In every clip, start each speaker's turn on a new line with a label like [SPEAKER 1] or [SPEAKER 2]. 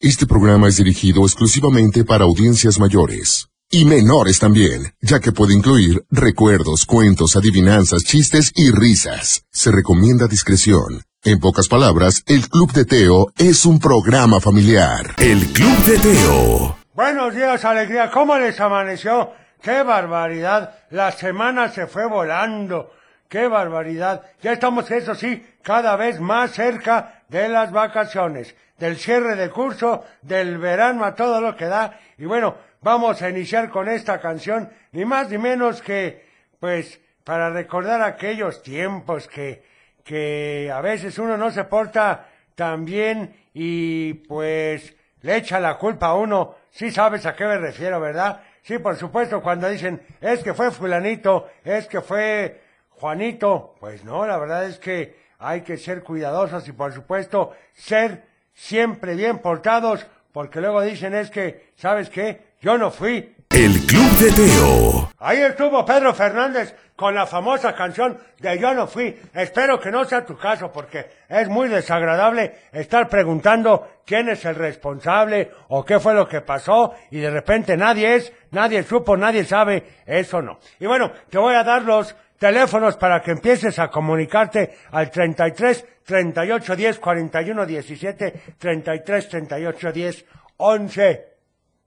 [SPEAKER 1] Este programa es dirigido exclusivamente para audiencias mayores. Y menores también, ya que puede incluir recuerdos, cuentos, adivinanzas, chistes y risas. Se recomienda discreción. En pocas palabras, el Club de Teo es un programa familiar.
[SPEAKER 2] El Club de Teo.
[SPEAKER 3] Buenos días, alegría. ¿Cómo les amaneció? ¡Qué barbaridad! La semana se fue volando. ¡Qué barbaridad! Ya estamos, eso sí, cada vez más cerca de las vacaciones, del cierre de curso, del verano a todo lo que da. Y bueno, vamos a iniciar con esta canción, ni más ni menos que, pues, para recordar aquellos tiempos que, que a veces uno no se porta tan bien y pues le echa la culpa a uno. Sí sabes a qué me refiero, ¿verdad? Sí, por supuesto, cuando dicen, es que fue fulanito, es que fue Juanito. Pues no, la verdad es que hay que ser cuidadosos y por supuesto ser siempre bien portados, porque luego dicen es que, ¿sabes qué? Yo no fui,
[SPEAKER 2] El Club de Teo.
[SPEAKER 3] Ahí estuvo Pedro Fernández con la famosa canción de Yo no fui. Espero que no sea tu caso porque es muy desagradable estar preguntando quién es el responsable o qué fue lo que pasó y de repente nadie es, nadie supo, nadie sabe, eso no. Y bueno, te voy a dar los teléfonos para que empieces a comunicarte al 33 38 10 41 17 33 38 10 11.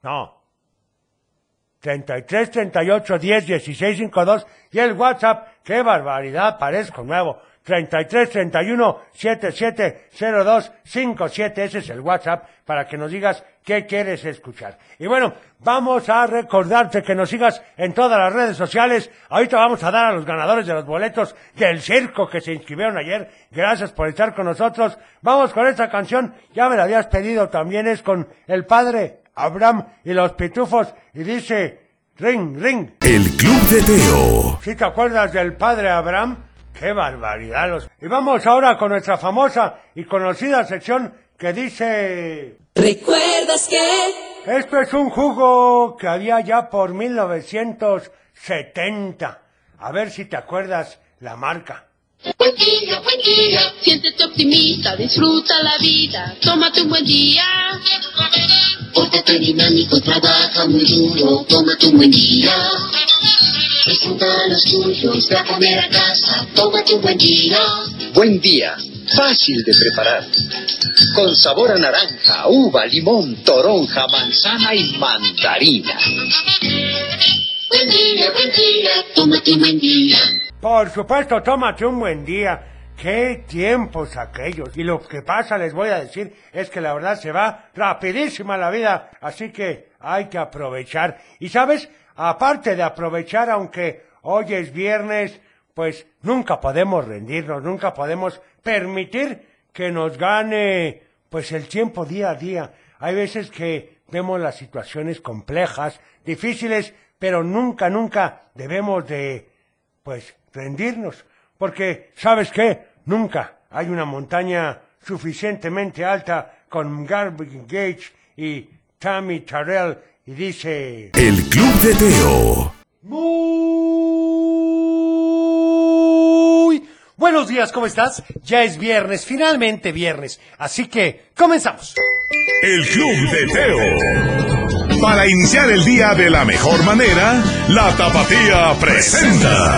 [SPEAKER 3] No, 33 38 10 16 52 y el WhatsApp, qué barbaridad, parezco nuevo. 33 31 77 02 57, ese es el WhatsApp para que nos digas qué quieres escuchar. Y bueno, vamos a recordarte que nos sigas en todas las redes sociales. Ahorita vamos a dar a los ganadores de los boletos del circo que se inscribieron ayer. Gracias por estar con nosotros. Vamos con esta canción, ya me la habías pedido también, es con el padre Abraham y los pitufos y dice ring, ring.
[SPEAKER 2] El Club de Teo.
[SPEAKER 3] ¿Sí te acuerdas del padre Abraham? ¡Qué barbaridad! Los... Y vamos ahora con nuestra famosa y conocida sección que dice...
[SPEAKER 4] ¿Recuerdas que?
[SPEAKER 3] Esto es un jugo que había ya por 1970. A ver si te acuerdas la marca.
[SPEAKER 5] Buen día, buen día. Siéntete optimista, disfruta la vida. Tómate un buen día. Pórtate dinámico y trabaja muy duro. Tómate un buen día. Disfruta los tuyos, da comer a casa. Tómate un buen día.
[SPEAKER 6] Buen día, fácil de preparar. Con sabor a naranja, uva, limón, toronja, manzana y mandarina.
[SPEAKER 5] Buen día, buen día. Tómate un buen día.
[SPEAKER 3] Por supuesto, tómate un buen día. ¡Qué tiempos aquellos! Y lo que pasa, les voy a decir, es que la verdad se va rapidísima la vida. Así que hay que aprovechar. Y sabes, aparte de aprovechar, aunque hoy es viernes, pues nunca podemos rendirnos, nunca podemos permitir que nos gane pues el tiempo día a día. Hay veces que vemos las situaciones complejas, difíciles, pero nunca, nunca debemos de pues rendirnos, porque ¿sabes qué? Nunca hay una montaña suficientemente alta con Garvin Gage y Tammy Terrell y dice
[SPEAKER 2] El Club de Teo.
[SPEAKER 7] Muy buenos días, ¿cómo estás? Ya es viernes, finalmente viernes, así que comenzamos.
[SPEAKER 2] El Club de Teo. Para iniciar el día de la mejor manera, la Tapatía presenta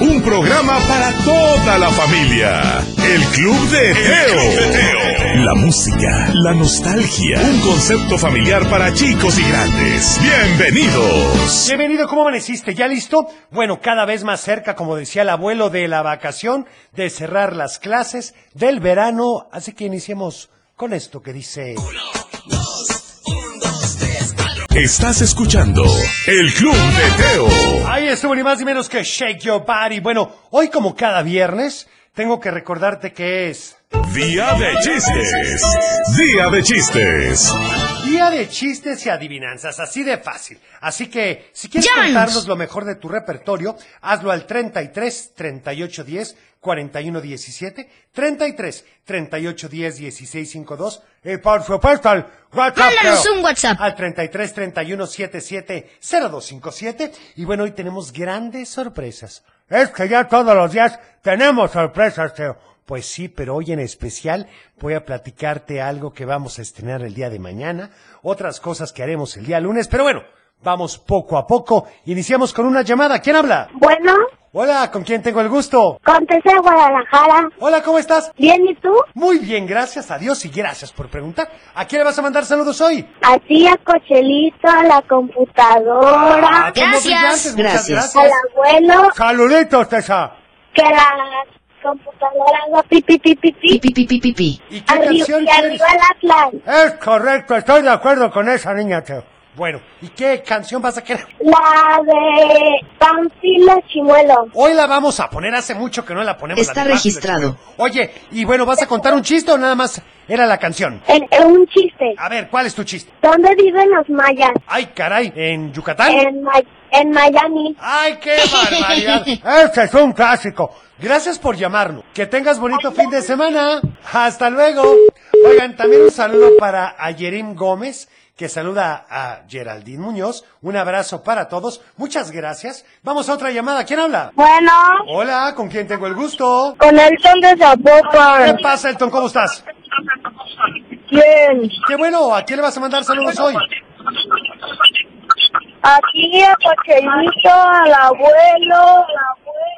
[SPEAKER 2] un programa para toda la familia. El Club de Teo. La música, la nostalgia, un concepto familiar para chicos y grandes. Bienvenidos.
[SPEAKER 7] Bienvenido, ¿cómo amaneciste? ¿Ya listo? Bueno, cada vez más cerca, como decía el abuelo, de la vacación, de cerrar las clases del verano, así que iniciemos con esto que dice...
[SPEAKER 2] Estás escuchando El Club de Teo.
[SPEAKER 7] Ahí estuvo ni más ni menos que Shake Your Body. Bueno, hoy como cada viernes, tengo que recordarte que es...
[SPEAKER 2] Día de chistes. Día de chistes.
[SPEAKER 7] Día de chistes y adivinanzas, así de fácil. Así que, si quieres
[SPEAKER 4] James.
[SPEAKER 7] contarnos lo mejor de tu repertorio, hazlo al 33 38 10 41 17, 33 38 10 16 52, y por supuesto al WhatsApp.
[SPEAKER 4] Mándanos
[SPEAKER 7] pero-
[SPEAKER 4] un WhatsApp.
[SPEAKER 7] Al 33 31 77 0257. Y bueno, hoy tenemos grandes sorpresas.
[SPEAKER 3] Es que ya todos los días tenemos sorpresas, Teo.
[SPEAKER 7] Pues sí, pero hoy en especial voy a platicarte algo que vamos a estrenar el día de mañana, otras cosas que haremos el día lunes, pero bueno, vamos poco a poco. Iniciamos con una llamada. ¿Quién habla?
[SPEAKER 8] Bueno,
[SPEAKER 7] Hola, ¿con quién tengo el gusto?
[SPEAKER 8] contesté a Guadalajara.
[SPEAKER 7] Hola, ¿cómo estás?
[SPEAKER 8] Bien, ¿y tú?
[SPEAKER 7] Muy bien, gracias a Dios y gracias por preguntar. ¿A quién le vas a mandar saludos hoy?
[SPEAKER 8] Así a Cochelito, a la computadora,
[SPEAKER 7] A todos los brillantes, muchas
[SPEAKER 9] Gracias.
[SPEAKER 8] al abuelo,
[SPEAKER 7] Saluditos, Tessa.
[SPEAKER 8] que la computadora haga pi, pi, pi, pi,
[SPEAKER 9] Pi,
[SPEAKER 8] pi.
[SPEAKER 9] pi, pi, pi, pi, pi.
[SPEAKER 7] ¿Y qué
[SPEAKER 8] Arri-
[SPEAKER 7] canción
[SPEAKER 8] y
[SPEAKER 7] quieres?
[SPEAKER 8] arriba el Atlas,
[SPEAKER 7] Es correcto, estoy de acuerdo con esa niña, Teo. Bueno, ¿y qué canción vas a querer?
[SPEAKER 8] la de Pamphilo Chimuelo.
[SPEAKER 7] Hoy la vamos a poner, hace mucho que no la ponemos. la
[SPEAKER 9] Está
[SPEAKER 7] de Paz,
[SPEAKER 9] registrado.
[SPEAKER 7] pero- Oye, y bueno, ¿vas a contar un chiste o nada más era la canción?
[SPEAKER 8] En, en un chiste,
[SPEAKER 7] A ver, ¿cuál es tu chiste?
[SPEAKER 8] ¿dónde viven los mayas?
[SPEAKER 7] Ay, caray, ¿en Yucatán?
[SPEAKER 10] Eh,
[SPEAKER 8] En, Ma- en Miami.
[SPEAKER 7] ¡Ay, qué barbaridad! ¡Este es un clásico! Gracias por llamarnos. Que tengas bonito fin de semana. ¡Hasta luego! Oigan, también un saludo para Ayerim Gómez, que saluda a Geraldine Muñoz. Un abrazo para todos. Muchas gracias. Vamos a otra llamada. ¿Quién habla?
[SPEAKER 8] Bueno,
[SPEAKER 7] Hola, ¿con quién tengo el gusto?
[SPEAKER 8] con el son de
[SPEAKER 7] ¿Qué
[SPEAKER 8] Zapopan.
[SPEAKER 7] pasa, Elton? ¿Cómo estás?
[SPEAKER 8] Bien,
[SPEAKER 7] ¡Qué bueno! ¿A quién le vas a mandar saludos hoy?
[SPEAKER 8] aquí a Cochelito, al abuelo,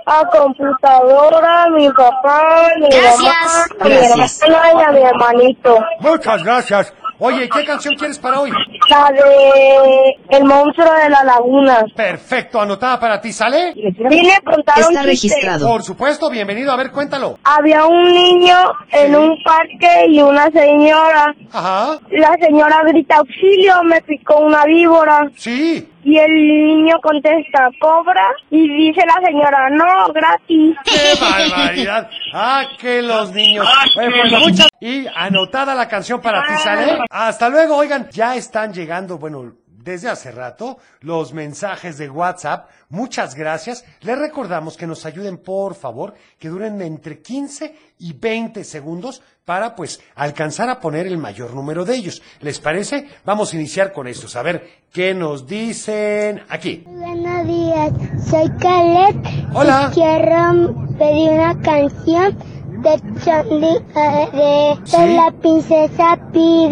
[SPEAKER 8] a computadora, a mi papá, a mi
[SPEAKER 9] Gracias.
[SPEAKER 8] mamá, a mi
[SPEAKER 9] Gracias.
[SPEAKER 8] hermana y a mi hermanito.
[SPEAKER 7] Muchas gracias. Oye, ¿qué canción quieres para hoy?
[SPEAKER 8] La de El monstruo de la laguna.
[SPEAKER 7] Perfecto, anotada para ti, ¿sale?
[SPEAKER 8] Vine a contar un
[SPEAKER 9] Está
[SPEAKER 8] chiste.
[SPEAKER 9] registrado.
[SPEAKER 7] Por supuesto, bienvenido. A ver, cuéntalo.
[SPEAKER 8] Había un niño en un parque y una señora.
[SPEAKER 7] Ajá.
[SPEAKER 8] La señora grita, auxilio, me picó una víbora.
[SPEAKER 7] Sí.
[SPEAKER 8] Y el niño contesta, cobra. Y dice la señora, no, gratis.
[SPEAKER 7] ¡Qué barbaridad! ¡Ah, que los niños! Oye, pues, muchas- Y anotada la canción para ti, ¿sale? Hasta luego, oigan, ya están llegando, bueno, desde hace rato, los mensajes de WhatsApp. Muchas gracias. Les recordamos que nos ayuden, por favor, que duren entre 15 y 20 segundos para, pues, alcanzar a poner el mayor número de ellos. ¿Les parece? Vamos a iniciar con estos. A ver, ¿qué nos dicen aquí?
[SPEAKER 8] Buenos días, soy Caleb.
[SPEAKER 7] Hola.
[SPEAKER 8] Y quiero pedir una canción de Charlie, eh, de, de
[SPEAKER 7] Sí.
[SPEAKER 8] la princesa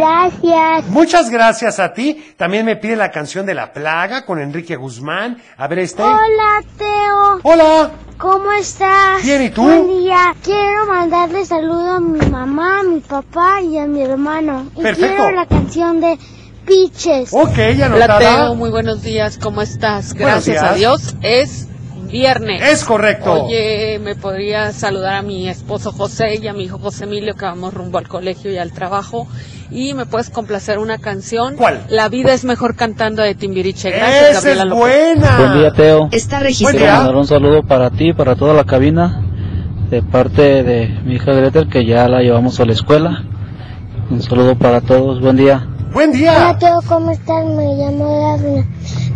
[SPEAKER 8] Piracias.
[SPEAKER 7] Muchas gracias a ti. También me pide la canción de La Plaga con Enrique Guzmán. A ver, este.
[SPEAKER 8] Hola, Teo.
[SPEAKER 7] Hola.
[SPEAKER 8] ¿Cómo estás?
[SPEAKER 7] Bien, ¿y tú?
[SPEAKER 8] Buen día. Quiero mandarle saludo a mi mamá, a mi papá y a mi hermano. Y
[SPEAKER 7] Perfecto. Oh,
[SPEAKER 8] quiero la canción de Piches.
[SPEAKER 7] Ok, ya
[SPEAKER 11] Hola
[SPEAKER 7] anotada.
[SPEAKER 11] Teo, muy buenos días, ¿cómo estás?
[SPEAKER 7] Buenos
[SPEAKER 11] Gracias a
[SPEAKER 7] días.
[SPEAKER 11] Dios, es viernes.
[SPEAKER 7] Es
[SPEAKER 12] Oh.
[SPEAKER 7] correcto.
[SPEAKER 11] Oye, ¿me podría saludar a mi esposo José y a mi hijo José Emilio que vamos rumbo al colegio y al trabajo? Y me puedes complacer una canción.
[SPEAKER 7] ¿Cuál?
[SPEAKER 11] La vida es mejor cantando de Timbiriche. Gracias,
[SPEAKER 7] Esa
[SPEAKER 11] Gabriela
[SPEAKER 7] es
[SPEAKER 11] López.
[SPEAKER 7] buena.
[SPEAKER 13] Buen día, Teo.
[SPEAKER 9] Está
[SPEAKER 7] Buen
[SPEAKER 9] registrado.
[SPEAKER 13] Quiero
[SPEAKER 7] día.
[SPEAKER 13] mandar un saludo para ti, para toda la cabina, de parte de mi hija Gretel, que ya la llevamos a la escuela. Un saludo para todos, buen día.
[SPEAKER 7] Buen
[SPEAKER 8] Hola
[SPEAKER 7] día.
[SPEAKER 8] Teo, ¿cómo estás? Me llamo Dafna.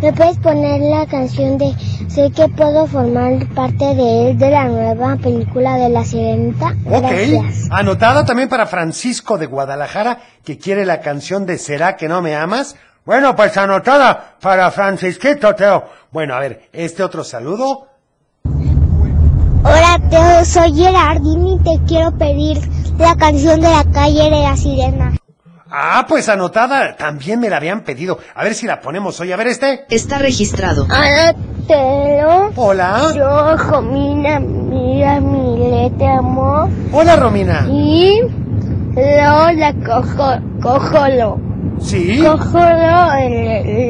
[SPEAKER 8] ¿Me puedes poner la canción de Sé que puedo formar parte de él de la nueva película de La Sirenita?
[SPEAKER 7] Ok.
[SPEAKER 8] Gracias.
[SPEAKER 7] Anotada también para Francisco de Guadalajara, que quiere la canción de ¿Será que no me amas? Bueno, pues anotada para Francisquito, Teo. Bueno, a ver, este otro saludo.
[SPEAKER 8] Hola Teo, soy Gerardini y te quiero pedir la canción de la calle de la sirena.
[SPEAKER 7] Ah, pues anotada. También me la habían pedido. A ver si la ponemos hoy. A ver, este.
[SPEAKER 9] Está registrado.
[SPEAKER 8] Hola Teo,
[SPEAKER 7] Hola.
[SPEAKER 8] yo Jomina, mira mi letra amor
[SPEAKER 7] Hola, Romina.
[SPEAKER 8] y Lola cojo, cojolo.
[SPEAKER 7] Sí.
[SPEAKER 8] Cojolo,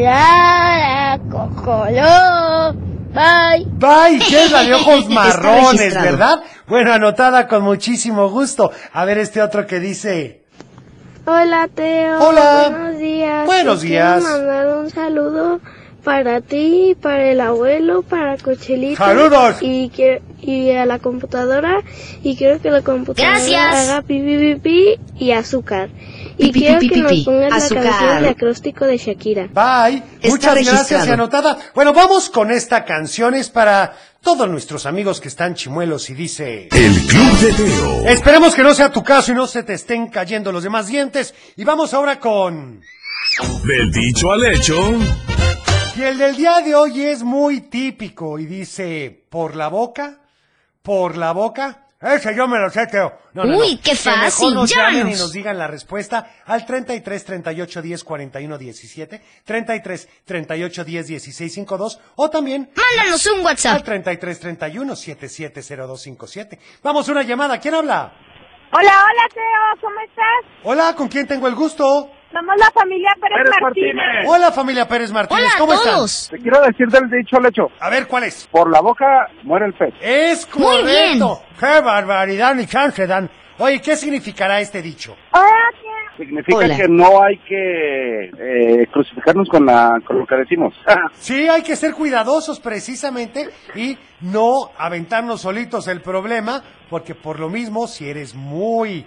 [SPEAKER 8] la, la, cojolo, bye.
[SPEAKER 7] Bye, que es la de ojos
[SPEAKER 9] Está
[SPEAKER 7] marrones,
[SPEAKER 9] registrado.
[SPEAKER 7] ¿verdad? Bueno, anotada con muchísimo gusto. A ver este otro que dice.
[SPEAKER 8] Hola, Teo.
[SPEAKER 7] Hola.
[SPEAKER 8] Buenos días.
[SPEAKER 7] Buenos
[SPEAKER 8] Te quiero
[SPEAKER 7] días.
[SPEAKER 8] mandar un saludo para ti, para el abuelo, para Cochelito.
[SPEAKER 7] ¡Saludos!
[SPEAKER 8] Y, quiero- y a la computadora. Y quiero que la computadora
[SPEAKER 9] Gracias.
[SPEAKER 8] haga pi, pi, pi, pi y azúcar.
[SPEAKER 9] Pi,
[SPEAKER 8] Y
[SPEAKER 9] pi,
[SPEAKER 8] quiero
[SPEAKER 9] pi,
[SPEAKER 8] que
[SPEAKER 9] pi,
[SPEAKER 8] nos
[SPEAKER 9] pi.
[SPEAKER 8] pongas
[SPEAKER 9] Azúcar.
[SPEAKER 8] la canción de acróstico de Shakira.
[SPEAKER 7] Bye.
[SPEAKER 9] Está
[SPEAKER 7] Muchas gracias y
[SPEAKER 9] registrado.
[SPEAKER 7] anotada. Bueno, vamos con esta canción. Es para todos nuestros amigos que están chimuelos y dice.
[SPEAKER 2] El Club de Teo.
[SPEAKER 7] Esperemos que no sea tu caso y no se te estén cayendo los demás dientes. Y vamos ahora con.
[SPEAKER 2] Del dicho al hecho.
[SPEAKER 7] Y el del día de hoy es muy típico y dice, por la boca, por la boca, Ese yo me lo sé, Teo. No, no,
[SPEAKER 3] Uy,
[SPEAKER 7] no.
[SPEAKER 3] qué
[SPEAKER 7] Que mejor
[SPEAKER 3] fácil,
[SPEAKER 7] nos llamen y
[SPEAKER 3] llanos.
[SPEAKER 7] nos digan la respuesta al 33 38 10 41 17, 33 38 10 16 52 o también
[SPEAKER 3] Mándanos un WhatsApp.
[SPEAKER 7] al 33 31 77 02 57. Vamos, una llamada. ¿Quién habla?
[SPEAKER 10] Hola, hola, Teo, ¿cómo estás?
[SPEAKER 7] Hola, ¿con quién tengo el gusto?
[SPEAKER 10] Somos la familia Pérez,
[SPEAKER 7] Pérez
[SPEAKER 10] Martínez.
[SPEAKER 7] Hola, familia Pérez Martínez.
[SPEAKER 10] Hola a
[SPEAKER 7] ¿Cómo
[SPEAKER 10] todos.
[SPEAKER 7] están?
[SPEAKER 12] Te quiero decir del dicho al hecho.
[SPEAKER 7] A ver, ¿cuál es?
[SPEAKER 12] Por la boca muere el pez.
[SPEAKER 7] Es
[SPEAKER 12] Muy bien.
[SPEAKER 7] correcto. ¡Qué barbaridad ni chance dan! Oye, ¿qué significará este dicho?
[SPEAKER 12] Significa
[SPEAKER 7] Hola.
[SPEAKER 12] que no hay que eh, crucificarnos con, la, con lo que decimos.
[SPEAKER 7] Sí, hay que ser cuidadosos precisamente y no aventarnos solitos el problema, porque por lo mismo, si eres muy...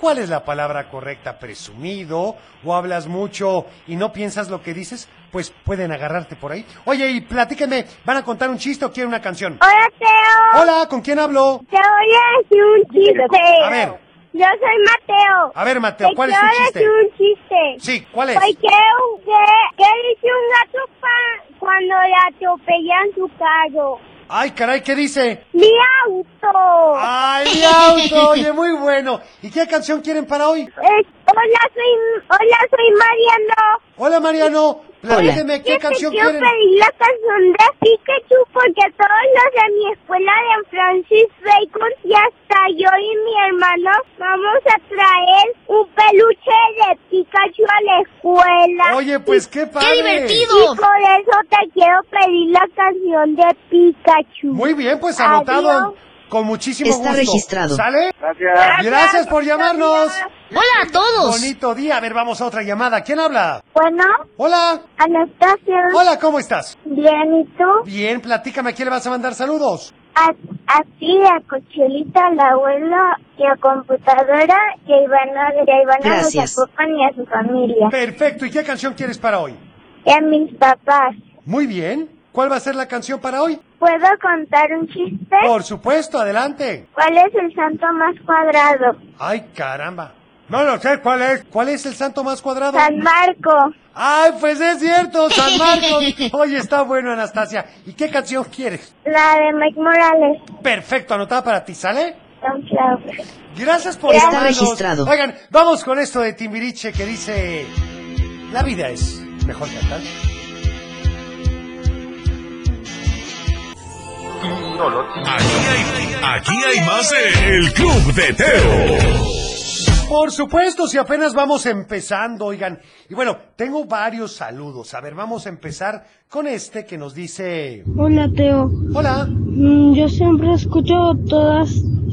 [SPEAKER 7] ¿Cuál es la palabra correcta? Presumido, o hablas mucho y no piensas lo que dices, pues pueden agarrarte por ahí. Oye, y platíquenme, ¿van a contar un chiste o quieren una canción?
[SPEAKER 12] Ah.
[SPEAKER 10] Hola, Teo.
[SPEAKER 7] Hola, ¿con quién hablo?
[SPEAKER 10] Te voy a decir un chiste, Teo.
[SPEAKER 7] A ver.
[SPEAKER 10] Yo soy Mateo.
[SPEAKER 7] A ver, Mateo,
[SPEAKER 10] Te
[SPEAKER 7] ¿cuál es
[SPEAKER 10] quiero
[SPEAKER 7] tu chiste?
[SPEAKER 10] decir un chiste.
[SPEAKER 7] Sí, ¿cuál es?
[SPEAKER 10] Pues que, un- que- que dice un gato pa- cuando le atropellan su carro.
[SPEAKER 7] Ay, caray, ¿qué dice?
[SPEAKER 10] ¡Mi auto!
[SPEAKER 7] ¡Ay, mi auto! Oye, muy bueno. ¿Y qué canción quieren para hoy?
[SPEAKER 10] hola, soy, hola, soy Mariano.
[SPEAKER 7] Hola, Mariano. Platíqueme,
[SPEAKER 10] Yo
[SPEAKER 7] ¿qué
[SPEAKER 10] te
[SPEAKER 7] canción
[SPEAKER 10] quiero
[SPEAKER 7] quieren?
[SPEAKER 10] pedir la canción de Pikachu porque todos los de mi escuela de Francis Bacon y hasta yo y mi hermano vamos a traer un peluche de Pikachu a la escuela.
[SPEAKER 7] Oye, pues, qué ¡Qué padre! divertido!
[SPEAKER 10] Y por eso te quiero pedir la canción de Pikachu.
[SPEAKER 7] Muy bien, pues anotado.
[SPEAKER 10] Adiós.
[SPEAKER 7] Con muchísimo
[SPEAKER 10] Está
[SPEAKER 7] gusto.
[SPEAKER 10] registrado.
[SPEAKER 7] ¿Sale?
[SPEAKER 10] Gracias.
[SPEAKER 7] Gracias por llamarnos.
[SPEAKER 3] Hola a todos.
[SPEAKER 7] Bonito día. A ver, vamos a otra llamada. ¿Quién habla?
[SPEAKER 10] Bueno.
[SPEAKER 7] Hola.
[SPEAKER 10] Anastasia.
[SPEAKER 7] Hola, ¿cómo estás?
[SPEAKER 10] Bien, ¿y tú?
[SPEAKER 7] Bien, platícame, ¿a quién le vas a mandar saludos?
[SPEAKER 10] A, a ti, a Cochelita, al abuelo, y a computadora, y a Ivana, y a Ivana
[SPEAKER 7] Gracias.
[SPEAKER 10] Zapopan y a su familia.
[SPEAKER 7] Perfecto, ¿y qué canción quieres para hoy?
[SPEAKER 10] Y a mis papás.
[SPEAKER 7] Muy bien. ¿Cuál va a ser la canción para hoy?
[SPEAKER 10] ¿Puedo contar un chiste?
[SPEAKER 7] Por supuesto, adelante.
[SPEAKER 10] ¿Cuál es el santo más cuadrado?
[SPEAKER 7] Ay, caramba. No lo sé cuál es. ¿Cuál es el santo más cuadrado?
[SPEAKER 10] San Marco.
[SPEAKER 7] Ay, pues es cierto, San Marcos. Oye, está bueno, Anastasia. ¿Y qué canción quieres?
[SPEAKER 10] La de Mike Morales.
[SPEAKER 7] Perfecto, anotada para ti, ¿sale?
[SPEAKER 10] Sunflower.
[SPEAKER 7] Gracias por
[SPEAKER 10] Está
[SPEAKER 7] llamarnos.
[SPEAKER 10] registrado.
[SPEAKER 7] Oigan, vamos con esto de Timbiriche que dice... La vida es mejor que tal.
[SPEAKER 2] Aquí hay, aquí hay más de El Club de Teo.
[SPEAKER 7] Por supuesto, si apenas vamos empezando, oigan. Y bueno, tengo varios saludos. A ver, vamos a empezar con este que nos dice...
[SPEAKER 14] Hola, Teo. Mm,
[SPEAKER 7] Hola.
[SPEAKER 14] Yo siempre escucho todas.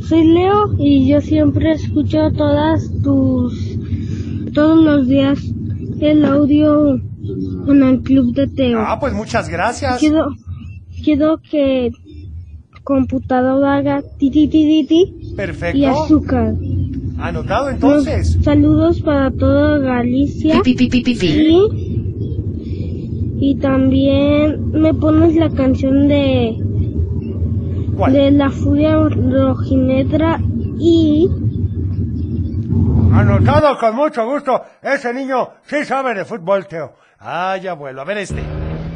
[SPEAKER 14] Soy Leo y yo siempre escucho todas tus. Todos los días el audio en el club de Teo.
[SPEAKER 7] Ah, pues muchas gracias.
[SPEAKER 14] Quiero, quiero que computadora haga ti ti ti ti ti y
[SPEAKER 7] Perfecto.
[SPEAKER 14] azúcar.
[SPEAKER 7] Anotado entonces.
[SPEAKER 14] Saludos para todo Galicia. Y, y también me pones la canción de de la furia rojinegra y
[SPEAKER 7] Anotado con mucho gusto. Ese niño sí sabe de fútbol, Teo. Ay, abuelo. A ver este.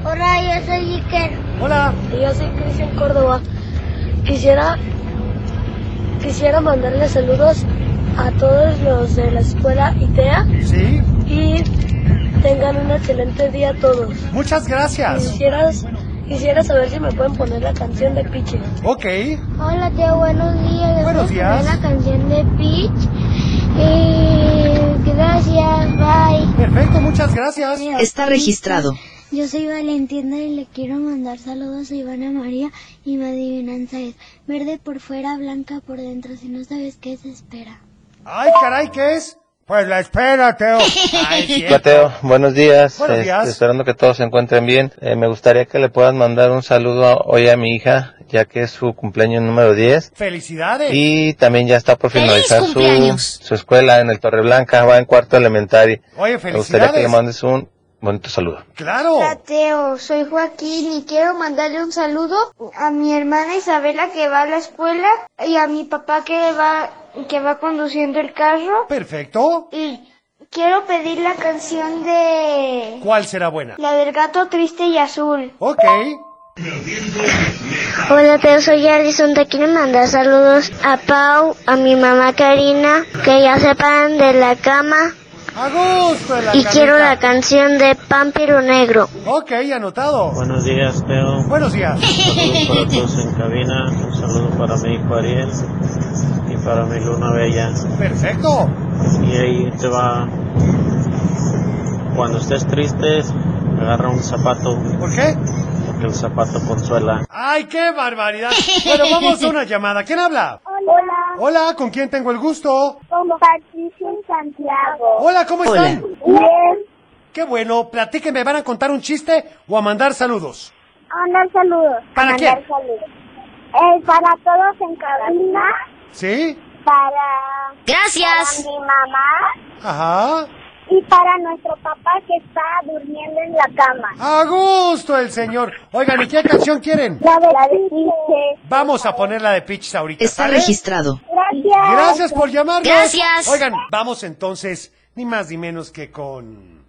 [SPEAKER 15] Hola, yo soy Iker.
[SPEAKER 7] Hola.
[SPEAKER 15] Y yo soy Cristian Córdoba. Quisiera, quisiera mandarle saludos a todos los de la escuela ITEA.
[SPEAKER 7] Sí.
[SPEAKER 15] Y tengan un excelente día todos.
[SPEAKER 7] Muchas gracias.
[SPEAKER 15] Quisieras, quisiera saber si me pueden poner la canción de Piche.
[SPEAKER 7] Ok.
[SPEAKER 16] Hola, Teo, buenos días. ¿Me
[SPEAKER 15] Buenos
[SPEAKER 16] puedes
[SPEAKER 15] días.
[SPEAKER 16] poner la canción de Peach. Y gracias, bye.
[SPEAKER 7] Perfecto, muchas gracias.
[SPEAKER 3] Está registrado.
[SPEAKER 16] Yo soy Valentina y le quiero mandar saludos a Ivana María y mi adivinanza es verde por fuera, blanca por dentro. Si no sabes qué es, espera.
[SPEAKER 7] Ay, caray, ¿qué es? Pues la espera, Teo. Ay, sí.
[SPEAKER 17] Mateo, buenos días.
[SPEAKER 7] Buenos
[SPEAKER 17] Este,
[SPEAKER 7] días.
[SPEAKER 17] esperando que todos se encuentren bien. Eh, me gustaría que le puedas mandar un saludo a- hoy a mi hija, ya que es su cumpleaños número 10.
[SPEAKER 7] Felicidades.
[SPEAKER 17] Y también ya está por
[SPEAKER 7] ¡Feliz
[SPEAKER 17] finalizar su,
[SPEAKER 7] cumpleaños!
[SPEAKER 17] su escuela en el Torreblanca, va en cuarto elementario.
[SPEAKER 7] Oye,
[SPEAKER 17] Me gustaría que le
[SPEAKER 7] felicidades.
[SPEAKER 17] mandes un bonito saludo.
[SPEAKER 7] Claro.
[SPEAKER 18] Hola, Teo, soy Joaquín y quiero mandarle un saludo a mi hermana Isabela que va a la escuela y a mi papá que va que va conduciendo el carro.
[SPEAKER 7] Perfecto.
[SPEAKER 18] Y quiero pedir la canción de
[SPEAKER 7] ¿Cuál será buena?
[SPEAKER 18] la del gato triste y azul.
[SPEAKER 7] Ok.
[SPEAKER 8] Hola, Teo, soy Alison. Te quiero mandar saludos a Pau, a mi mamá Karina, que ya se paran de la cama.
[SPEAKER 7] A gusto en la
[SPEAKER 8] Y quiero
[SPEAKER 7] camita.
[SPEAKER 8] la canción de Pampiro Negro.
[SPEAKER 7] Ok, anotado.
[SPEAKER 19] Buenos días, Teo.
[SPEAKER 7] Buenos días.
[SPEAKER 19] Un saludo para todos en cabina. Un saludo para mi hijo Ariel y para mi luna bella.
[SPEAKER 7] Perfecto.
[SPEAKER 19] Y ahí te va. Cuando estés triste, agarra un zapato.
[SPEAKER 7] ¿Por qué?
[SPEAKER 19] Porque el zapato consuela.
[SPEAKER 7] ¡Ay, qué barbaridad! Bueno, vamos a una llamada. ¿Quién habla?
[SPEAKER 10] Hola.
[SPEAKER 7] Hola, ¿con quién tengo el gusto?
[SPEAKER 10] Como Patricia en Santiago.
[SPEAKER 7] Hola, ¿cómo están?
[SPEAKER 10] Bien.
[SPEAKER 7] Qué bueno, platíquenme, ¿van a contar un chiste o a mandar saludos?
[SPEAKER 10] A mandar saludos.
[SPEAKER 7] ¿Para
[SPEAKER 10] A
[SPEAKER 7] quién?
[SPEAKER 10] mandar saludos. Eh, para todos en cabina.
[SPEAKER 7] ¿Sí?
[SPEAKER 10] Para.
[SPEAKER 9] Gracias.
[SPEAKER 10] Para mi mamá.
[SPEAKER 7] Ajá.
[SPEAKER 10] Y para nuestro papá que está durmiendo en la cama.
[SPEAKER 7] A gusto el señor. Oigan, ¿y qué canción quieren?
[SPEAKER 10] La de la de Quique.
[SPEAKER 7] Vamos a poner la de Pitches ahorita.
[SPEAKER 9] Está
[SPEAKER 7] ¿sale?
[SPEAKER 9] registrado.
[SPEAKER 10] Gracias.
[SPEAKER 7] Gracias por llamarnos.
[SPEAKER 9] Gracias.
[SPEAKER 7] Oigan, vamos entonces, ni más ni menos que con...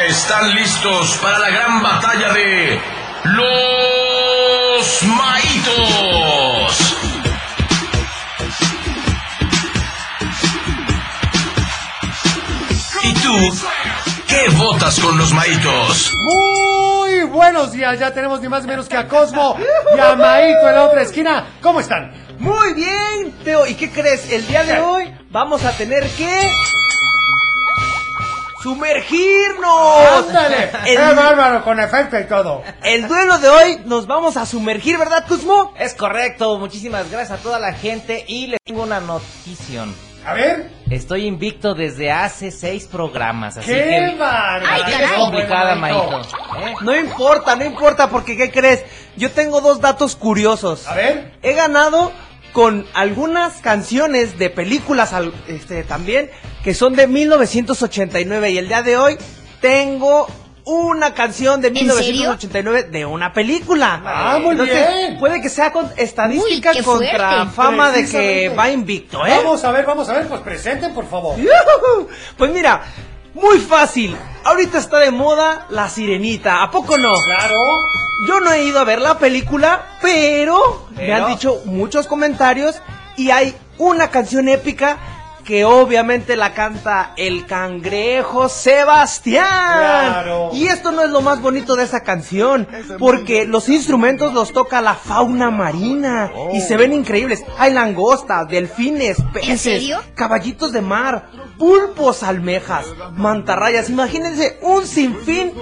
[SPEAKER 2] Están listos para la gran batalla de los maitos. ¿Y tú qué votas con los maitos?
[SPEAKER 7] Muy buenos días, ya tenemos ni más ni menos que a Cosmo y a Maito en la otra esquina. ¿Cómo están?
[SPEAKER 20] Muy bien, Teo. ¿Y qué crees? El día de hoy vamos a tener que. ¡Sumergirnos!
[SPEAKER 7] ¡Ándale! ¡Qué
[SPEAKER 20] El,
[SPEAKER 7] bárbaro! Con efecto y todo.
[SPEAKER 20] el duelo de hoy nos vamos a sumergir, ¿verdad, Cusmo? Es correcto. Muchísimas gracias a toda la gente y les tengo una notición.
[SPEAKER 7] A ver.
[SPEAKER 20] Estoy invicto desde hace seis programas, así
[SPEAKER 7] ¡Qué
[SPEAKER 20] que...
[SPEAKER 7] bárbaro!
[SPEAKER 20] Así que
[SPEAKER 7] ¡Ay,
[SPEAKER 20] es
[SPEAKER 7] caray!
[SPEAKER 20] complicada,
[SPEAKER 7] Bueno,
[SPEAKER 20] Maito. ¿eh? No importa, no importa, porque ¿qué crees? Yo tengo dos datos curiosos. A
[SPEAKER 7] ver.
[SPEAKER 20] He ganado con algunas canciones de películas al- este, también, que son de 1989, y el día de hoy tengo... Una canción de
[SPEAKER 9] serio?
[SPEAKER 20] 1989 de una película.
[SPEAKER 7] Ah, muy
[SPEAKER 20] Entonces,
[SPEAKER 7] bien.
[SPEAKER 20] Puede que sea con estadística
[SPEAKER 9] Uy, qué
[SPEAKER 20] contra
[SPEAKER 9] fuerte.
[SPEAKER 20] fama de que
[SPEAKER 7] Precisamente.
[SPEAKER 20] va invicto, ¿eh?
[SPEAKER 7] Vamos a ver, vamos a ver, pues presenten, por favor.
[SPEAKER 20] ¡Yujú! Pues mira, muy fácil. Ahorita está de moda La Sirenita, ¿a poco no?
[SPEAKER 7] Claro.
[SPEAKER 20] Yo no he ido a ver la película, pero, me
[SPEAKER 7] Pero.
[SPEAKER 20] han dicho muchos comentarios y hay una canción épica que obviamente la canta el cangrejo Sebastián.
[SPEAKER 7] Claro.
[SPEAKER 20] Y esto no es lo más bonito de esa canción, porque los instrumentos los toca la fauna marina y se ven increíbles. Hay langostas, delfines, peces,
[SPEAKER 9] serio?
[SPEAKER 20] caballitos de mar, pulpos, almejas, mantarrayas. Imagínense un sinfín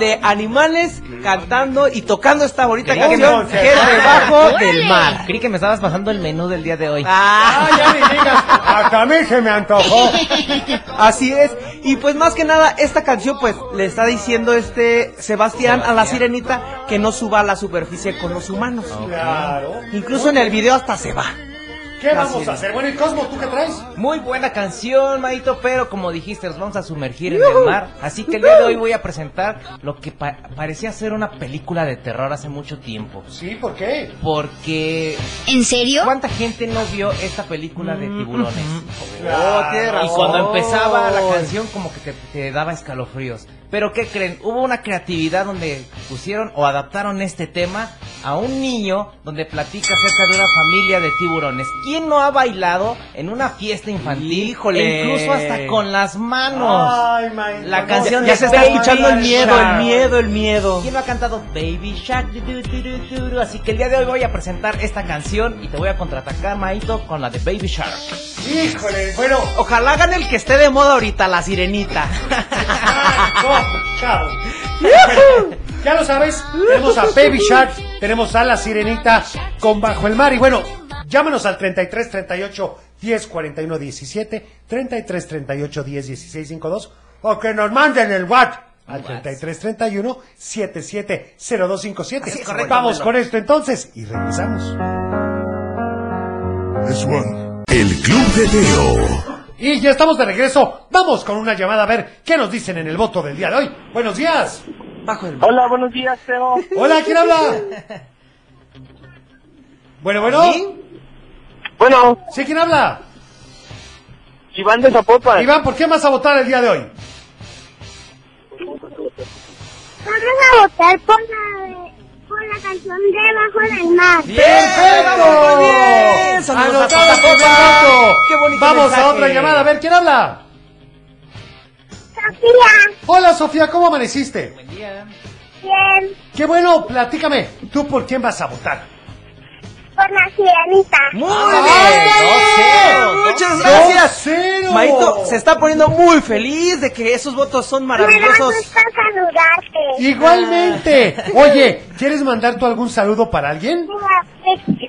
[SPEAKER 20] de animales cantando y tocando esta bonita
[SPEAKER 7] Creí que
[SPEAKER 20] canción
[SPEAKER 7] me-
[SPEAKER 20] que es debajo
[SPEAKER 9] ¡Órale!
[SPEAKER 20] del mar.
[SPEAKER 19] Creí que me estabas pasando el menú del día de hoy.
[SPEAKER 20] Ah,
[SPEAKER 7] Ah, ya ni digas. Hasta a mí se me antojó.
[SPEAKER 20] así es. Y pues más que nada, esta canción pues le está diciendo este Sebastián a la sirenita que no suba a la superficie con los humanos.
[SPEAKER 7] Claro.
[SPEAKER 20] Incluso en el video hasta se va.
[SPEAKER 7] ¿Qué vamos a hacer? Bueno, y Cosmo, ¿tú qué traes?
[SPEAKER 19] Muy buena canción, Maito, pero como dijiste, nos vamos a sumergir en el mar. Así que el día de hoy voy a presentar lo que pa- parecía ser una película de terror hace mucho tiempo.
[SPEAKER 7] Sí, ¿por qué?
[SPEAKER 19] Porque
[SPEAKER 9] ¿En serio?
[SPEAKER 19] ¿cuánta gente no vio esta película de tiburones? Oh,
[SPEAKER 7] Claro.
[SPEAKER 19] Y cuando empezaba la canción como que te, te daba escalofríos. Pero ¿qué creen? Hubo una creatividad donde pusieron o adaptaron este tema a un niño donde platica acerca de una familia de tiburones. ¿Quién no ha bailado en una fiesta infantil?
[SPEAKER 20] Híjole.
[SPEAKER 19] E incluso hasta con las manos.
[SPEAKER 7] Ay, Maito,
[SPEAKER 19] La
[SPEAKER 7] no,
[SPEAKER 19] canción
[SPEAKER 20] Ya se está
[SPEAKER 19] Baby
[SPEAKER 20] escuchando el miedo, el
[SPEAKER 19] Shark.
[SPEAKER 20] miedo, el miedo.
[SPEAKER 19] ¿Quién no ha cantado Baby Shark? Du, du, du, du, du, du? Así que el día de hoy voy a presentar esta canción y te voy a contraatacar, Maito, con la de Baby Shark.
[SPEAKER 7] Híjole, bueno.
[SPEAKER 20] Ojalá hagan el que esté de moda ahorita, la sirenita.
[SPEAKER 7] Cosmo, oh, chao. Ya lo sabes, tenemos a Baby Shark, tenemos a la sirenita con Bajo el Mar. Y bueno, llámanos al 33 38 10 41 17, 33 38 10 16 52, o que nos manden el WhatsApp al 33 31 77 0257.
[SPEAKER 20] Así es, correcto,
[SPEAKER 7] Vamos
[SPEAKER 20] Melo.
[SPEAKER 7] con esto entonces y regresamos.
[SPEAKER 2] El Club de Teo.
[SPEAKER 7] Y ya estamos de regreso. Vamos con una llamada a ver qué nos dicen en el voto del día de hoy. Buenos días.
[SPEAKER 20] Bajo el mar.
[SPEAKER 12] Hola, buenos días, Teo.
[SPEAKER 7] Hola, ¿quién habla? Bueno, bueno.
[SPEAKER 12] Bueno,
[SPEAKER 7] ¿Sí quién habla?
[SPEAKER 12] Iván de Zapopan.
[SPEAKER 20] ¡Eh!
[SPEAKER 7] Iván, ¿por qué vas a votar el día de hoy?
[SPEAKER 10] estar por la, por la canción Debajo del Mar.
[SPEAKER 7] ¡Perfecto!
[SPEAKER 20] Saludos a
[SPEAKER 7] Anotado el primer
[SPEAKER 20] Papá.
[SPEAKER 7] voto.
[SPEAKER 20] Qué bonito
[SPEAKER 7] Vamos a
[SPEAKER 20] mensaje.
[SPEAKER 7] otra llamada. A ver, ¿quién habla?
[SPEAKER 10] Sofía,
[SPEAKER 7] Hola, Sofía, ¿cómo amaneciste?
[SPEAKER 10] bien,
[SPEAKER 7] Qué bueno, platícame. ¿Tú por quién vas a votar?
[SPEAKER 10] por la sirenita.
[SPEAKER 20] ¡Muy
[SPEAKER 7] Ah, ¡Ándale!
[SPEAKER 20] bien! ¡Muchas
[SPEAKER 7] ¡Dos
[SPEAKER 20] gracias!
[SPEAKER 7] cero!
[SPEAKER 20] Maito se está poniendo muy feliz de que esos votos son
[SPEAKER 10] Me
[SPEAKER 20] maravillosos.
[SPEAKER 10] da gusto saludarte.
[SPEAKER 7] Igualmente. Oye, ¿quieres mandar tú algún saludo para alguien?
[SPEAKER 10] Sí,